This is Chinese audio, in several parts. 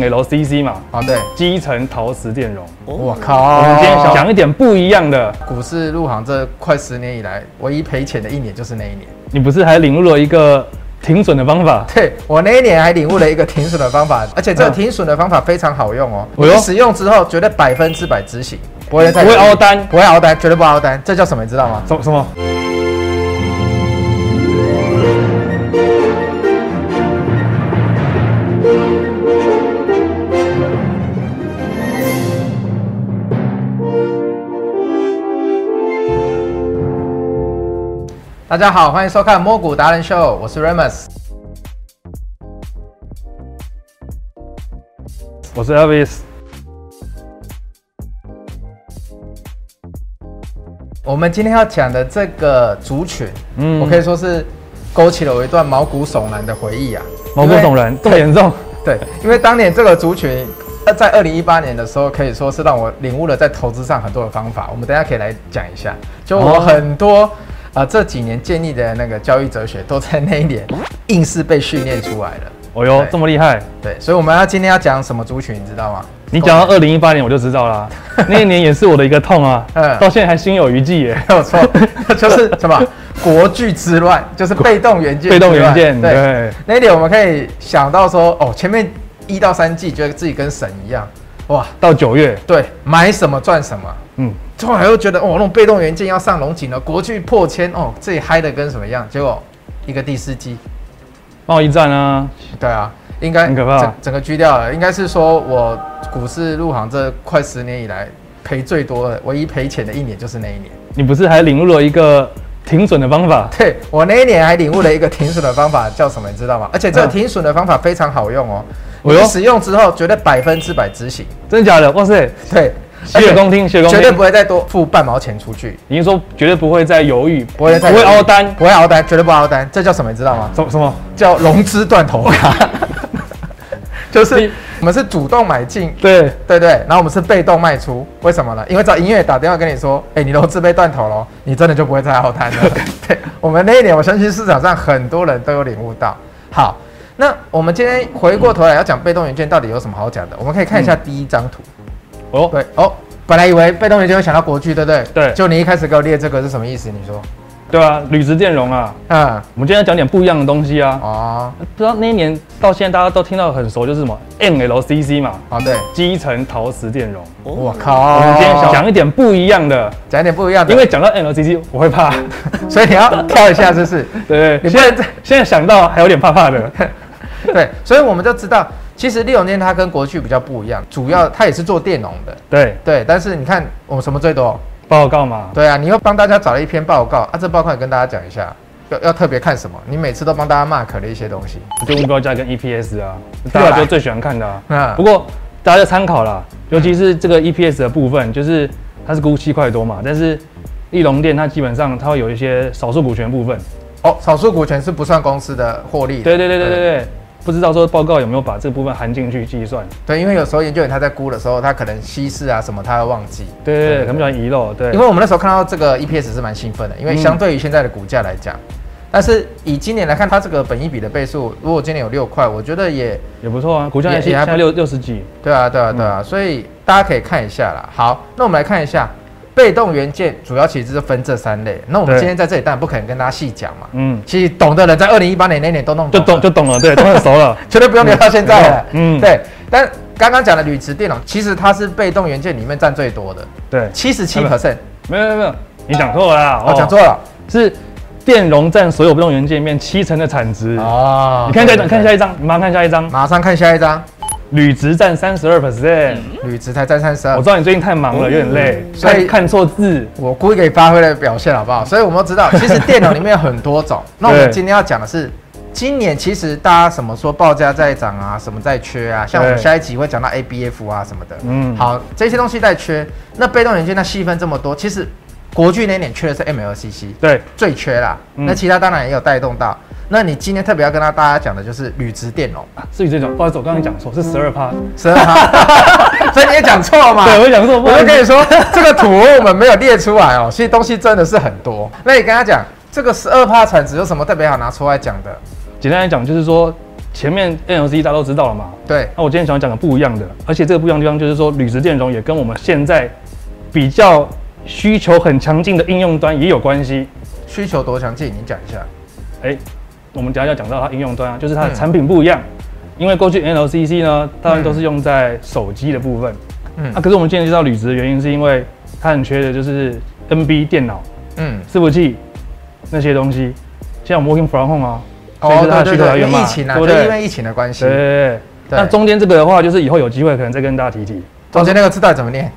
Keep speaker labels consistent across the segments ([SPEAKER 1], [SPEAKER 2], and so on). [SPEAKER 1] MLCC 嘛，
[SPEAKER 2] 哦，对，
[SPEAKER 1] 基层陶瓷电容。
[SPEAKER 2] 我靠！
[SPEAKER 1] 哦我们今天想讲一点不一样的。
[SPEAKER 2] 股市入行这快十年以来，唯一赔钱的一年就是那一年。
[SPEAKER 1] 你不是还领悟了一个停损的方法？
[SPEAKER 2] 对我那一年还领悟了一个停损的方法，而且这个停损的方法非常好用哦。
[SPEAKER 1] 哎
[SPEAKER 2] 我
[SPEAKER 1] 呦
[SPEAKER 2] 使用之后绝对百分之百执行，不会
[SPEAKER 1] 不
[SPEAKER 2] 再
[SPEAKER 1] 会凹单？
[SPEAKER 2] 不会熬单，绝对不熬单。这叫什么？你知道吗？
[SPEAKER 1] 什什么？
[SPEAKER 2] 大家好，欢迎收看《摸骨达人秀》，我是 Remus。
[SPEAKER 1] 我是 Elvis。
[SPEAKER 2] 我们今天要讲的这个族群，
[SPEAKER 1] 嗯
[SPEAKER 2] 我可以说是勾起了我一段毛骨悚然的回忆啊，
[SPEAKER 1] 毛骨悚然，这么严重？
[SPEAKER 2] 对，因为当年这个族群，呃，在二零一八年的时候，可以说是让我领悟了在投资上很多的方法。我们等一下可以来讲一下，就我
[SPEAKER 1] 哦
[SPEAKER 2] 很多。啊，这几年建立的那个交易哲学，都在那一年硬是被训练出来了。
[SPEAKER 1] 哦哟
[SPEAKER 2] 对，
[SPEAKER 1] 这么厉害！
[SPEAKER 2] 对，所以我们要今天要讲什么族群，你知道吗？
[SPEAKER 1] 你讲到二零一八年我就知道啦，那一年也是我的一个痛啊，
[SPEAKER 2] 嗯
[SPEAKER 1] 到现在还心有余悸耶。
[SPEAKER 2] 没有错， 就是什么国巨之乱，就是被动元件之
[SPEAKER 1] 被
[SPEAKER 2] 乱。
[SPEAKER 1] 动元件，
[SPEAKER 2] 对，
[SPEAKER 1] 对，
[SPEAKER 2] 那一点我们可以想到说，哦，前面一到三季觉得自己跟神一样，哇，
[SPEAKER 1] 到九月，
[SPEAKER 2] 对，买什么赚什么。
[SPEAKER 1] 嗯，
[SPEAKER 2] 后来又觉得哦，那种被动元件要上龙井了，国巨破千哦，这里嗨的跟什么样？结果一个第四季，
[SPEAKER 1] 贸易战啊，
[SPEAKER 2] 对啊，应该
[SPEAKER 1] 很可怕
[SPEAKER 2] 整整个狙掉了。应该是说我股市入行这快十年以来赔最多的，唯一赔钱的一年就是那一年。
[SPEAKER 1] 你不是还领悟了一个停损的方法？
[SPEAKER 2] 对我那一年还领悟了一个停损的方法，叫什么你知道吗？而且这个
[SPEAKER 1] 嗯
[SPEAKER 2] 停损的方法非常好用哦，
[SPEAKER 1] 哎
[SPEAKER 2] 你
[SPEAKER 1] 呦
[SPEAKER 2] 使用之后绝对百分之百执行，
[SPEAKER 1] 真的假的？哇塞，
[SPEAKER 2] 对，
[SPEAKER 1] 洗耳恭听，洗耳恭
[SPEAKER 2] 绝对不
[SPEAKER 1] 听。
[SPEAKER 2] 会再多付半毛钱出去，
[SPEAKER 1] 你是说绝对不会再犹豫，
[SPEAKER 2] 不会再
[SPEAKER 1] 不会
[SPEAKER 2] 犹豫
[SPEAKER 1] 凹单？
[SPEAKER 2] 不会熬单，绝对不熬单，这叫什么你知道吗？
[SPEAKER 1] 什么什么？
[SPEAKER 2] 叫融资断头 卡，就是
[SPEAKER 1] 你
[SPEAKER 2] 我们是主动买进，
[SPEAKER 1] 对，
[SPEAKER 2] 对对，然后我们是被动卖出，为什么呢？因为找营业打电话跟你说，哎、你融资被断头了，你真的就不会再熬单 了。对我们那一点，我相信市场上很多人都有领悟到。好，那我们今天回过头来要讲被动元件到底有什么好讲的，我们可以看
[SPEAKER 1] 嗯
[SPEAKER 2] 一下第一张图。
[SPEAKER 1] 哦，
[SPEAKER 2] 对哦，本来以为被动元件会想到国巨，对不对？
[SPEAKER 1] 对
[SPEAKER 2] 就你一开始给我列这个是什么意思？你说，
[SPEAKER 1] 对啊，铝质电容啊，
[SPEAKER 2] 嗯，
[SPEAKER 1] 我们今天要讲点不一样的东西啊。
[SPEAKER 2] 哦，
[SPEAKER 1] 不知道那一年到现在大家都听到很熟，就是什么 MLCC 嘛，
[SPEAKER 2] 哦，对，
[SPEAKER 1] 基层陶瓷电容。
[SPEAKER 2] 我靠，
[SPEAKER 1] 我们今天想讲一点不一样的，
[SPEAKER 2] 讲一点不一样的，
[SPEAKER 1] 因为讲到 MLCC 我会 怕，
[SPEAKER 2] 所以你要跳一下，是 不是？
[SPEAKER 1] 对对？
[SPEAKER 2] 你不
[SPEAKER 1] 现
[SPEAKER 2] 能
[SPEAKER 1] 在现在想到还有点怕怕的。
[SPEAKER 2] 对，所以我们就知道，其实利永电它跟国巨比较不一样，主要它也是做电容的，
[SPEAKER 1] 对，
[SPEAKER 2] 对。但是你看我们什么最多？
[SPEAKER 1] 报告嘛，
[SPEAKER 2] 对啊，你又帮大家找了一篇报告啊，这报告也跟大家讲一下，要要特别看什么？你每次都帮大家 mark 了一些 东西，
[SPEAKER 1] 就目标价跟 EPS 啊，
[SPEAKER 2] 对啊
[SPEAKER 1] 大家就最喜欢看的、啊。
[SPEAKER 2] 嗯
[SPEAKER 1] 不过大家就参考啦，尤其是这个 EPS 的部分，就是它是估七块多嘛，但是翼龙店它基本上它会有一些少数股权部分。
[SPEAKER 2] 哦，少数股权是不算公司的获利的，
[SPEAKER 1] 对对对对对对，不知道说报告有没有把这部分含进去计算？
[SPEAKER 2] 对，因为有时候研究员他在估的时候，他可能稀释啊什么，他会忘记。
[SPEAKER 1] 对对对，可能不小心遗漏。对嗯
[SPEAKER 2] 因，为我们那时候看到这个 EPS 是蛮兴奋的，因为相对于现在的股价来讲，但是以今年来看，它这个本益比的倍数，如果今年有六块，我觉得也
[SPEAKER 1] 也不错啊，股价
[SPEAKER 2] 也
[SPEAKER 1] 也
[SPEAKER 2] 也还
[SPEAKER 1] 现在
[SPEAKER 2] 不
[SPEAKER 1] 六六十几。
[SPEAKER 2] 对啊，对啊，对
[SPEAKER 1] 嗯
[SPEAKER 2] 啊，所以大家可以看一下啦。好，那我们来看一下被动元件，主要其实就是分这三类。那我们
[SPEAKER 1] 对
[SPEAKER 2] 今天在这里当然不可能跟大家细讲嘛，
[SPEAKER 1] 嗯，
[SPEAKER 2] 其实懂的人在二零一八年那年都弄
[SPEAKER 1] 就
[SPEAKER 2] 懂
[SPEAKER 1] 懂
[SPEAKER 2] 了，
[SPEAKER 1] 就懂了，对，都很熟了。
[SPEAKER 2] 绝对不用留到现在了。
[SPEAKER 1] 嗯
[SPEAKER 2] 嗯，对。但刚刚讲的铝磁电容，其实它是被动元件里面占最多的，
[SPEAKER 1] 对，
[SPEAKER 2] 七十七 percent。
[SPEAKER 1] 没有没有没有，你讲错了啦，
[SPEAKER 2] 哦，讲错了。
[SPEAKER 1] 是电容占所有被动元件里面七成的产值。
[SPEAKER 2] 哦
[SPEAKER 1] 你看下一张，看下
[SPEAKER 2] 一，
[SPEAKER 1] 一张，你马上看下一张，
[SPEAKER 2] 马上看下一张，
[SPEAKER 1] 铝值占三十二 percent。
[SPEAKER 2] 铝磁才占三十二
[SPEAKER 1] 我知。道你最近太忙了，有点累，
[SPEAKER 2] 嗯所以
[SPEAKER 1] 看看错字。
[SPEAKER 2] 我故意给你发挥了表现，好不好？所以我们 都知道，其实电脑里面有很多种。那我们今天要讲的是，今年其实大家什么说报价在涨啊，什么在缺啊，像我们
[SPEAKER 1] 对
[SPEAKER 2] 下一集会讲到 ABF 啊什么的。
[SPEAKER 1] 嗯，，
[SPEAKER 2] 好，这些东西在缺，那被动元件它细分这么多，其实国巨那一年缺的是 MLCC
[SPEAKER 1] 对，
[SPEAKER 2] 最缺啦，
[SPEAKER 1] 嗯
[SPEAKER 2] 那其他当然也有带动到。那你今天特别要跟大家讲的就是铝质电 容，
[SPEAKER 1] 啊至于这种，不好意思，我刚刚讲错，是十二趴。
[SPEAKER 2] 十二趴， 所以你也讲错了嘛？
[SPEAKER 1] 对，我讲错，不
[SPEAKER 2] 我
[SPEAKER 1] 好
[SPEAKER 2] 就
[SPEAKER 1] 意
[SPEAKER 2] 跟
[SPEAKER 1] 思。
[SPEAKER 2] 你说，这个图我们没有列出来哦，其实东西真的是很多。那你跟他讲，这个十二帕产值有什么特别好拿出来讲的？
[SPEAKER 1] 简单来讲，就是说前面 NLC 大家都知道了嘛，
[SPEAKER 2] 对，
[SPEAKER 1] 那我今天想讲个不一样的，而且这个不一样的地方就是说，铝质电容也跟我们现在比较需求很强劲的应用端也有关系。
[SPEAKER 2] 需求多强劲，你讲一下。
[SPEAKER 1] 哎、我们等一下要讲到它应用端啊，就是它的
[SPEAKER 2] 嗯
[SPEAKER 1] 产品不一样。因为过去 NLCC 呢，当然都是用在手机的部分。啊
[SPEAKER 2] 嗯
[SPEAKER 1] 那、可是我们今天介绍铝质的原因，是因为它很缺的就是 NB 电脑、
[SPEAKER 2] 嗯，
[SPEAKER 1] 伺服器那些东西。现在我们 working from home 啊，所以
[SPEAKER 2] 哦，
[SPEAKER 1] 是它的需
[SPEAKER 2] 对对
[SPEAKER 1] 求来
[SPEAKER 2] 对，因
[SPEAKER 1] 源嘛，
[SPEAKER 2] 为疫情啊，
[SPEAKER 1] 对不
[SPEAKER 2] 就
[SPEAKER 1] 对？
[SPEAKER 2] 因为疫情的关系
[SPEAKER 1] 对对。对。
[SPEAKER 2] 对
[SPEAKER 1] 那中间这个的话，就是以后有机会可能再跟大家提提。
[SPEAKER 2] 中间那个字到底怎 么念？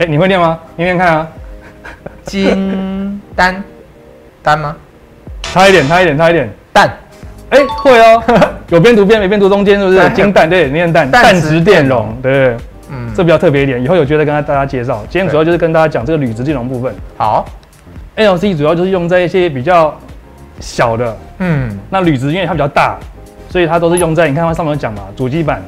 [SPEAKER 1] 哎、你会念吗？念念看啊，
[SPEAKER 2] 金丹丹吗？
[SPEAKER 1] 差一点，差一点，差一点。
[SPEAKER 2] 蛋
[SPEAKER 1] 哎、会 哦，有边读边没边读中间是不是
[SPEAKER 2] 对？
[SPEAKER 1] 金蛋对，念蛋，
[SPEAKER 2] 蛋
[SPEAKER 1] 蛋
[SPEAKER 2] 质
[SPEAKER 1] 质
[SPEAKER 2] 电
[SPEAKER 1] 电容，对，
[SPEAKER 2] 嗯
[SPEAKER 1] 这比较特别一点。以后有机会再跟大家介绍。今天主要就是跟大家讲这个铝质电容部分
[SPEAKER 2] 好，
[SPEAKER 1] ，NLC 主要就是用在一些比较小的，
[SPEAKER 2] 嗯
[SPEAKER 1] 那铝质因为它比较大，所以它都是用在你看它上面有讲嘛，主机板，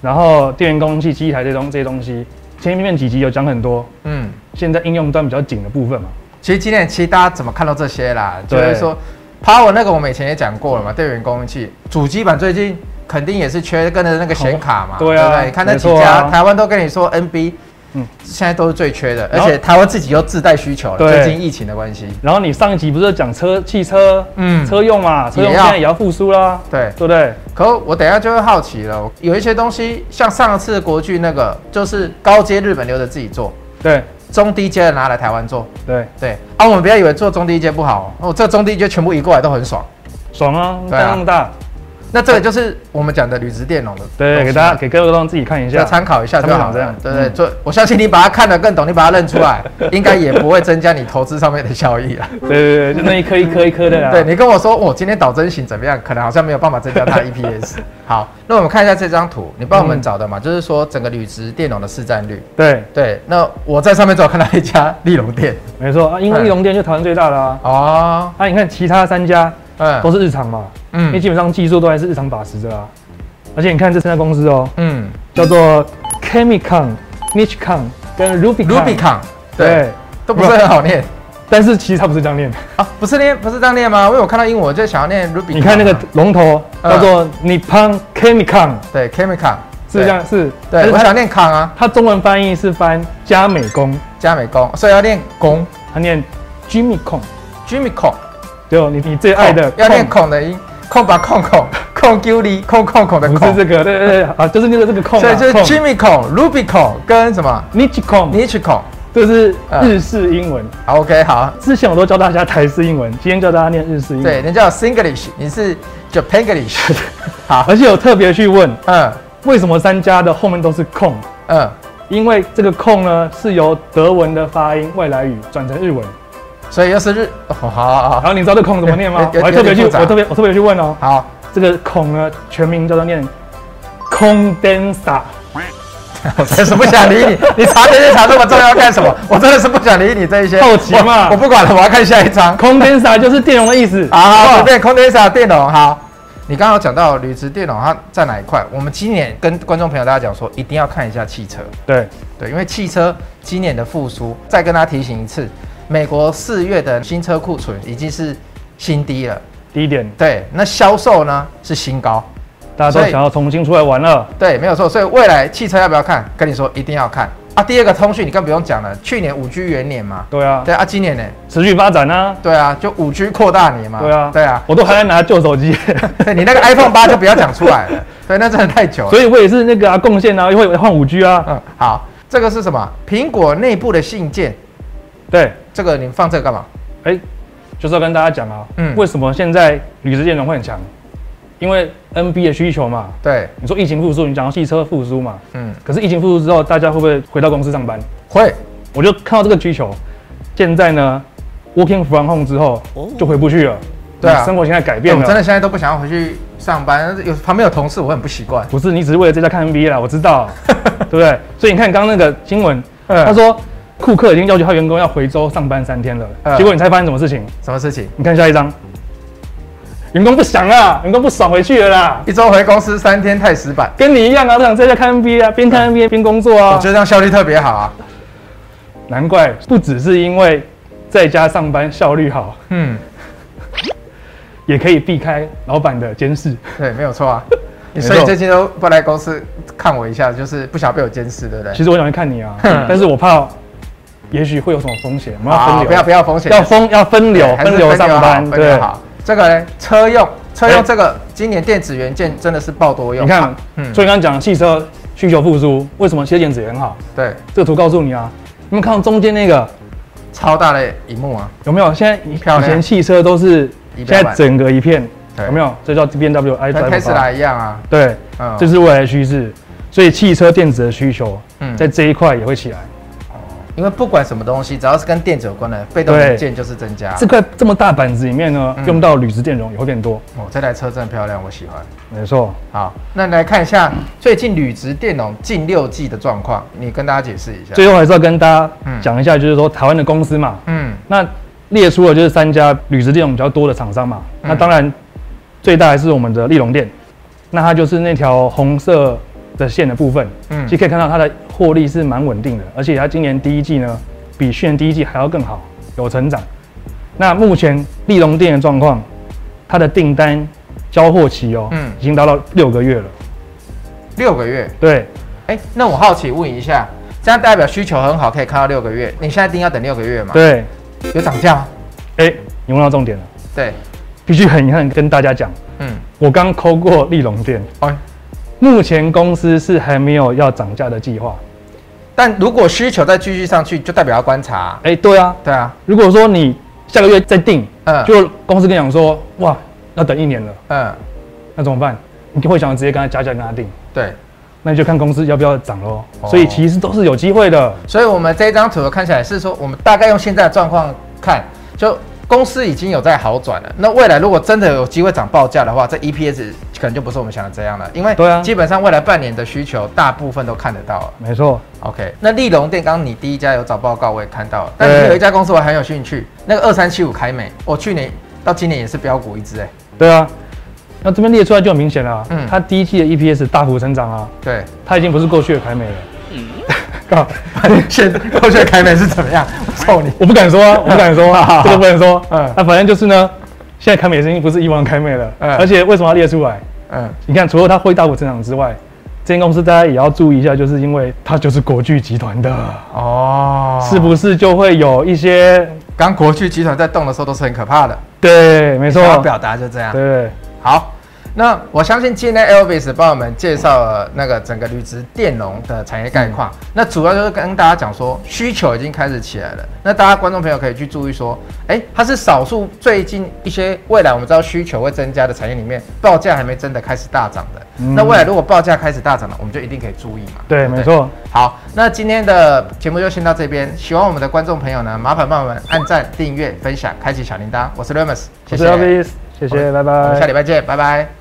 [SPEAKER 1] 然后电源供气机台这东这些东西，前面几集有讲很多，
[SPEAKER 2] 嗯。
[SPEAKER 1] 现在应用端比较紧的部分嘛，
[SPEAKER 2] 其实今年其实大家怎么看到这些啦？就
[SPEAKER 1] 对
[SPEAKER 2] 是说，Power 那个我们以前也讲过了嘛，电源供应器主机板最近肯定也是缺跟着那个显卡嘛，
[SPEAKER 1] 哦对啊
[SPEAKER 2] 不对？你看那几
[SPEAKER 1] 没错
[SPEAKER 2] 家、
[SPEAKER 1] 啊
[SPEAKER 2] 台湾都跟你说 NB，嗯
[SPEAKER 1] 嗯，
[SPEAKER 2] 现在都是最缺的，而
[SPEAKER 1] 然后
[SPEAKER 2] 且台湾自己又自带需求了，
[SPEAKER 1] 对
[SPEAKER 2] 最近疫情的关系，
[SPEAKER 1] 然后你上一集不是有讲车、汽车、
[SPEAKER 2] 嗯，
[SPEAKER 1] 车用嘛，车用
[SPEAKER 2] 也要
[SPEAKER 1] 现在也要复苏啦，
[SPEAKER 2] 对。
[SPEAKER 1] 对不对？
[SPEAKER 2] 可我等一下就会好奇了，有一些东西像上次的国剧那个，就是高阶日本留着自己做，
[SPEAKER 1] 对
[SPEAKER 2] 中低阶的拿来台湾做，
[SPEAKER 1] 对，
[SPEAKER 2] 对。啊，我们不要以为做中低阶不好哦，哦这中低阶全部移过来都很爽。
[SPEAKER 1] 爽啊，
[SPEAKER 2] 对啊
[SPEAKER 1] 蛋那么大，
[SPEAKER 2] 那这个就是我们讲的铝质电容的东西，
[SPEAKER 1] 对，给大家给各位观众自己看一
[SPEAKER 2] 就
[SPEAKER 1] 下。
[SPEAKER 2] 参考一下就好
[SPEAKER 1] 参考这
[SPEAKER 2] 了
[SPEAKER 1] 样，
[SPEAKER 2] 对不对？
[SPEAKER 1] 嗯
[SPEAKER 2] 就我相信你把它看得更懂，你把它认出 来，应该也不会增加你投资上面的效益了。
[SPEAKER 1] 对对对，就那一颗一颗一颗的啦。
[SPEAKER 2] 对你跟我说，我今天导真型怎么样？可能好像没有办法增加它的 EPS。好，那我们看一下这张图，你帮我们找的
[SPEAKER 1] 嗯
[SPEAKER 2] 嘛，就是说整个铝质电容的市占率。
[SPEAKER 1] 对，
[SPEAKER 2] 对，那我在上面只有看到一家 利隆店
[SPEAKER 1] 没错啊，因为
[SPEAKER 2] 嗯
[SPEAKER 1] 翼龙店就台湾最大的啊。
[SPEAKER 2] 哦，
[SPEAKER 1] 啊，你看其他三家
[SPEAKER 2] 嗯
[SPEAKER 1] 都是日常嘛，因为
[SPEAKER 2] 嗯
[SPEAKER 1] 基本上技术都还是日常把持着啊。而且你看这三家公司哦，
[SPEAKER 2] 嗯
[SPEAKER 1] 叫做 Chemicon、Nichcon 跟 Rubicon。
[SPEAKER 2] ，Rubicon 对
[SPEAKER 1] 对，
[SPEAKER 2] 都不是很好念
[SPEAKER 1] 但是其实它不是这样 念，
[SPEAKER 2] 啊，不是念不是这样念吗？因为我看到英文我就想要念 Rubicon 啊。
[SPEAKER 1] 你看那个龙头
[SPEAKER 2] 嗯
[SPEAKER 1] 叫做 Nippon Chemicon，
[SPEAKER 2] 对 Chemical
[SPEAKER 1] 是这样是，但
[SPEAKER 2] 对，
[SPEAKER 1] 是
[SPEAKER 2] 我
[SPEAKER 1] 它
[SPEAKER 2] 想念康啊，
[SPEAKER 1] 它中文翻译是翻佳美工，
[SPEAKER 2] 加美工，所以要念工
[SPEAKER 1] 它念 Jimmy Con。
[SPEAKER 2] ，Jimmy 孔，
[SPEAKER 1] 就你你最爱的
[SPEAKER 2] 哦要念
[SPEAKER 1] Kong，
[SPEAKER 2] 孔的音，空把空孔， 空丢离，空空孔的
[SPEAKER 1] 不是
[SPEAKER 2] 孔，
[SPEAKER 1] 这个，对对对啊，就是那个这个控
[SPEAKER 2] 所
[SPEAKER 1] 啊，
[SPEAKER 2] 以就是 Jimmy 孔、Ruby 孔跟什么
[SPEAKER 1] Nichi Kong，
[SPEAKER 2] Nich 孔。
[SPEAKER 1] 这是
[SPEAKER 2] 嗯
[SPEAKER 1] 日式英文。
[SPEAKER 2] 好，OK，好，
[SPEAKER 1] 之前我都教大家台式英文，今天教大家念日式英
[SPEAKER 2] 对，
[SPEAKER 1] 文。
[SPEAKER 2] 人家有 Singlish，你是 Japanglish，好，
[SPEAKER 1] 而且有特别去问，
[SPEAKER 2] 嗯
[SPEAKER 1] 为什么三家的后面都是控？
[SPEAKER 2] 嗯，
[SPEAKER 1] 因为这个控呢是由德文的发音外来语转成日文。
[SPEAKER 2] 所以又是日，哦好好
[SPEAKER 1] 然
[SPEAKER 2] 好
[SPEAKER 1] 后你知道这控怎么念吗？
[SPEAKER 2] 有有
[SPEAKER 1] 我还特别去，
[SPEAKER 2] 有点复杂
[SPEAKER 1] 我特别我特别去问哦，
[SPEAKER 2] 好，
[SPEAKER 1] 这个孔呢全名叫做念 condensa。
[SPEAKER 2] 我真是不想理你，你查这些查这么重要干什么？我真的是不想理你这一些，
[SPEAKER 1] 好奇嘛
[SPEAKER 2] 我我不管了，我要看下一张。
[SPEAKER 1] condensa 就是电容的意思。哦
[SPEAKER 2] 好，
[SPEAKER 1] 好
[SPEAKER 2] 啊
[SPEAKER 1] 不
[SPEAKER 2] 随
[SPEAKER 1] 好
[SPEAKER 2] 便 Condensa 电容好。你刚刚有讲到铝质电容它在哪一块？我们今年跟观众朋友大家讲说，一定要看一下汽车，
[SPEAKER 1] 对，
[SPEAKER 2] 对，因为汽车今年的复苏，再跟大家提醒一次，美国四月的新车库存已经是新低了，
[SPEAKER 1] 第一点，
[SPEAKER 2] 对，那销售呢是新高，
[SPEAKER 1] 大家
[SPEAKER 2] 所
[SPEAKER 1] 都
[SPEAKER 2] 以
[SPEAKER 1] 想要重新出来玩了。
[SPEAKER 2] 对，没有错。所以未来汽车要不要看？跟你说一定要看啊。第二个通讯你更不用讲了，去年五 G 元年嘛，
[SPEAKER 1] 对啊，
[SPEAKER 2] 对啊，今年呢？
[SPEAKER 1] 持续发展啊。
[SPEAKER 2] 对啊，就五 G 扩大年嘛，
[SPEAKER 1] 对啊，
[SPEAKER 2] 对啊，
[SPEAKER 1] 我都还在拿旧手机，
[SPEAKER 2] 对你那个 iPhone 八就不要讲出来了，对，那真的太久了。
[SPEAKER 1] 所以我也是那个啊贡献啊，会换五 G 啊。
[SPEAKER 2] 嗯，好，这个是什么？苹果内部的信件，
[SPEAKER 1] 对，
[SPEAKER 2] 这个你放这个干嘛？
[SPEAKER 1] 哎，就是要跟大家讲啊，
[SPEAKER 2] 嗯
[SPEAKER 1] 为什么现在铝制电容会很强？因为 NB 的需求嘛，
[SPEAKER 2] 对，
[SPEAKER 1] 你说疫情复苏，你讲到汽车复苏嘛，
[SPEAKER 2] 嗯，
[SPEAKER 1] 可是疫情复苏之后，大家会不会回到公司上班？
[SPEAKER 2] 会，
[SPEAKER 1] 我就看到这个需求，现在呢，working from home 之后就回不去了，
[SPEAKER 2] 哦对啊
[SPEAKER 1] 你生活现在改
[SPEAKER 2] 因为
[SPEAKER 1] 变
[SPEAKER 2] 我
[SPEAKER 1] 了，
[SPEAKER 2] 真的现在都不想要回去上班，有旁边有同事，我很不习惯。
[SPEAKER 1] 不是你只是为了这家看 NBA 啦，我知道，对不对？所以你看刚刚那个新闻，
[SPEAKER 2] 嗯
[SPEAKER 1] 他说库克已经要求他员工要回州上班三天了，
[SPEAKER 2] 嗯
[SPEAKER 1] 结果你猜发生什么事情？
[SPEAKER 2] 什么事情？
[SPEAKER 1] 你看下一张，员工不想啦，员工不爽回去了啦，
[SPEAKER 2] 一周回公司三天太死板，
[SPEAKER 1] 跟你一样啊，都想在家看 NBA 啊，边看 NBA 边工作
[SPEAKER 2] 我
[SPEAKER 1] 啊
[SPEAKER 2] 觉，得这样效率特别好啊。
[SPEAKER 1] 难怪不只是因为在家上班效率好，
[SPEAKER 2] 嗯，
[SPEAKER 1] 也可以避开老板的监视。
[SPEAKER 2] 对，没有错啊。你
[SPEAKER 1] 没
[SPEAKER 2] 所以
[SPEAKER 1] 错
[SPEAKER 2] 最近都不来公司看我一下，就是不想被我监视，对不对？
[SPEAKER 1] 其实我想去看你啊，
[SPEAKER 2] 嗯
[SPEAKER 1] 但是我怕也许会有什么风险，我们要分
[SPEAKER 2] 好，
[SPEAKER 1] 流，
[SPEAKER 2] 啊不要不
[SPEAKER 1] 要
[SPEAKER 2] 要风险，
[SPEAKER 1] 要分要分
[SPEAKER 2] 对
[SPEAKER 1] 流
[SPEAKER 2] 还是
[SPEAKER 1] 分流上
[SPEAKER 2] 好
[SPEAKER 1] 班，
[SPEAKER 2] 哦分流
[SPEAKER 1] 对。
[SPEAKER 2] 好。这个呢，车用车
[SPEAKER 1] 哎
[SPEAKER 2] 用这个，今年电子元件真的是爆多用。
[SPEAKER 1] 你看，
[SPEAKER 2] 嗯
[SPEAKER 1] 所以刚刚讲汽车需求复苏，为什么切电子也很好？
[SPEAKER 2] 对，
[SPEAKER 1] 这个图告诉你啊，你们看到中间那个
[SPEAKER 2] 超大的荧幕啊，
[SPEAKER 1] 有没有？现在以
[SPEAKER 2] 漂
[SPEAKER 1] 以
[SPEAKER 2] 亮
[SPEAKER 1] 前汽车都是
[SPEAKER 2] 仪
[SPEAKER 1] 现
[SPEAKER 2] 表
[SPEAKER 1] 在
[SPEAKER 2] 板
[SPEAKER 1] 整个一片，
[SPEAKER 2] 对
[SPEAKER 1] 有没有？这叫 B N W i
[SPEAKER 2] 跟
[SPEAKER 1] drive 吧
[SPEAKER 2] Tesla 一样啊。
[SPEAKER 1] 对，
[SPEAKER 2] 嗯
[SPEAKER 1] 这是未来的趋势，所以汽车电子的需求
[SPEAKER 2] 嗯啊
[SPEAKER 1] 在这一块也会起来。
[SPEAKER 2] 因为不管什么东西，只要是跟电子有关的，被动元件就是增加。
[SPEAKER 1] 这块这么大板子里面呢
[SPEAKER 2] 嗯，
[SPEAKER 1] 用到铝制电容也会变多。
[SPEAKER 2] 哦，这台车真的漂亮，我喜欢。
[SPEAKER 1] 没错，
[SPEAKER 2] 好，那来看一下最近铝值电容近六季的状况，你跟大家解释一下。
[SPEAKER 1] 最后还是要跟大
[SPEAKER 2] 啊嗯
[SPEAKER 1] 家讲一下，就是说台湾的公司嘛，
[SPEAKER 2] 嗯，
[SPEAKER 1] 那列出了就是三家铝制电容比较多的厂商嘛。
[SPEAKER 2] 嗯
[SPEAKER 1] 那当然，最大还是我们的利隆电，那它就是那条红色的线的部分，
[SPEAKER 2] 嗯
[SPEAKER 1] 其实可以看到它的获利是蛮稳定的，而且它今年第一季呢，比去年第一季还要更好，有成长。那目前利隆电的状况，它的订单交货期哦，
[SPEAKER 2] 嗯
[SPEAKER 1] 已经达到六个月了。
[SPEAKER 2] 六个月。
[SPEAKER 1] 对，
[SPEAKER 2] 哎、那我好奇问一下，这样代表需求很好，可以看到六个月。你现在定要等六个月吗？，
[SPEAKER 1] 对，
[SPEAKER 2] 有涨价吗？
[SPEAKER 1] 哎、你问到重点了，
[SPEAKER 2] 对，
[SPEAKER 1] 必须很遗憾跟大家讲，
[SPEAKER 2] 嗯，
[SPEAKER 1] 我刚抠过利隆电，
[SPEAKER 2] 哦，
[SPEAKER 1] 目前公司是还没有要涨价的计划。
[SPEAKER 2] 但如果需求再继续上去，就代表要观察啊、
[SPEAKER 1] 哎、对啊，
[SPEAKER 2] 对啊，
[SPEAKER 1] 如果说你下个月再定，
[SPEAKER 2] 嗯，
[SPEAKER 1] 就公司跟你讲说，哇，要等一年了，
[SPEAKER 2] 嗯，
[SPEAKER 1] 那怎么办？你就会想直接跟他加价跟他定，
[SPEAKER 2] 对。
[SPEAKER 1] 那你就看公司要不要涨喽
[SPEAKER 2] 哦。
[SPEAKER 1] 所以其实都是有机会的，
[SPEAKER 2] 所以我们这一张图看起来是说，我们大概用现在的状况看，就公司已经有在好转了。那未来如果真的有机会涨报价的话，这 EPS 可能就不是我们想的这样了，因为
[SPEAKER 1] 对啊
[SPEAKER 2] 基本上未来半年的需求大部分都看得到了。
[SPEAKER 1] 没错。
[SPEAKER 2] OK，那利隆电，刚刚你第一家有找报告，我也看到了。但
[SPEAKER 1] 对
[SPEAKER 2] 是有一家公司我很有兴趣，那个二三七五凯美，我去年到今年也是标股一只哎、
[SPEAKER 1] 对啊，那这边列出来就很明显了啊，
[SPEAKER 2] 嗯
[SPEAKER 1] 它第一季的 EPS 大幅成长啊，
[SPEAKER 2] 对，
[SPEAKER 1] 它已经不是过去的凯美了。嗯，
[SPEAKER 2] 现在我觉得凯美是怎么样？我操你！
[SPEAKER 1] 我不敢说 啊，我不敢说
[SPEAKER 2] 好好
[SPEAKER 1] 啊，这个不能 说。
[SPEAKER 2] 嗯
[SPEAKER 1] 嗯，那反正就是呢，现在凯美已经不是以往的凯美了，
[SPEAKER 2] 嗯
[SPEAKER 1] 而且为什么要列出来？
[SPEAKER 2] 嗯，
[SPEAKER 1] 你看，除了它会大幅成长之外，这间公司大家也要注意一下，就是因为它就是国巨集团的，
[SPEAKER 2] 哦，
[SPEAKER 1] 是不是就会有一些
[SPEAKER 2] 刚国巨集团在动的时候都是很可怕的。
[SPEAKER 1] 对，没错
[SPEAKER 2] 想，要表达就这样。
[SPEAKER 1] 对，
[SPEAKER 2] 好，那我相信今天 Elvis 帮我们介绍了那个整个铝质电容的产业概况，
[SPEAKER 1] 嗯
[SPEAKER 2] 那主要就是跟大家讲说需求已经开始起来了，那大家观众朋友可以去注意说，哎、它是少数最近一些未来我们知道需求会增加的产业里面，报价还没真的开始大涨的。
[SPEAKER 1] 嗯
[SPEAKER 2] 那未来如果报价开始大涨了，我们就一定可以注意嘛。
[SPEAKER 1] 对，
[SPEAKER 2] 不
[SPEAKER 1] 没。错。
[SPEAKER 2] 好，那今天的节目就先到这边。喜欢我们的观众朋友呢，麻烦帮我们按赞、订阅、分享、开启小铃铛。我是 Remus，
[SPEAKER 1] 我是
[SPEAKER 2] 谢谢。
[SPEAKER 1] Elvis，谢
[SPEAKER 2] 我
[SPEAKER 1] 谢，
[SPEAKER 2] 们
[SPEAKER 1] 拜
[SPEAKER 2] 我们下
[SPEAKER 1] 拜。
[SPEAKER 2] 礼拜见，拜拜。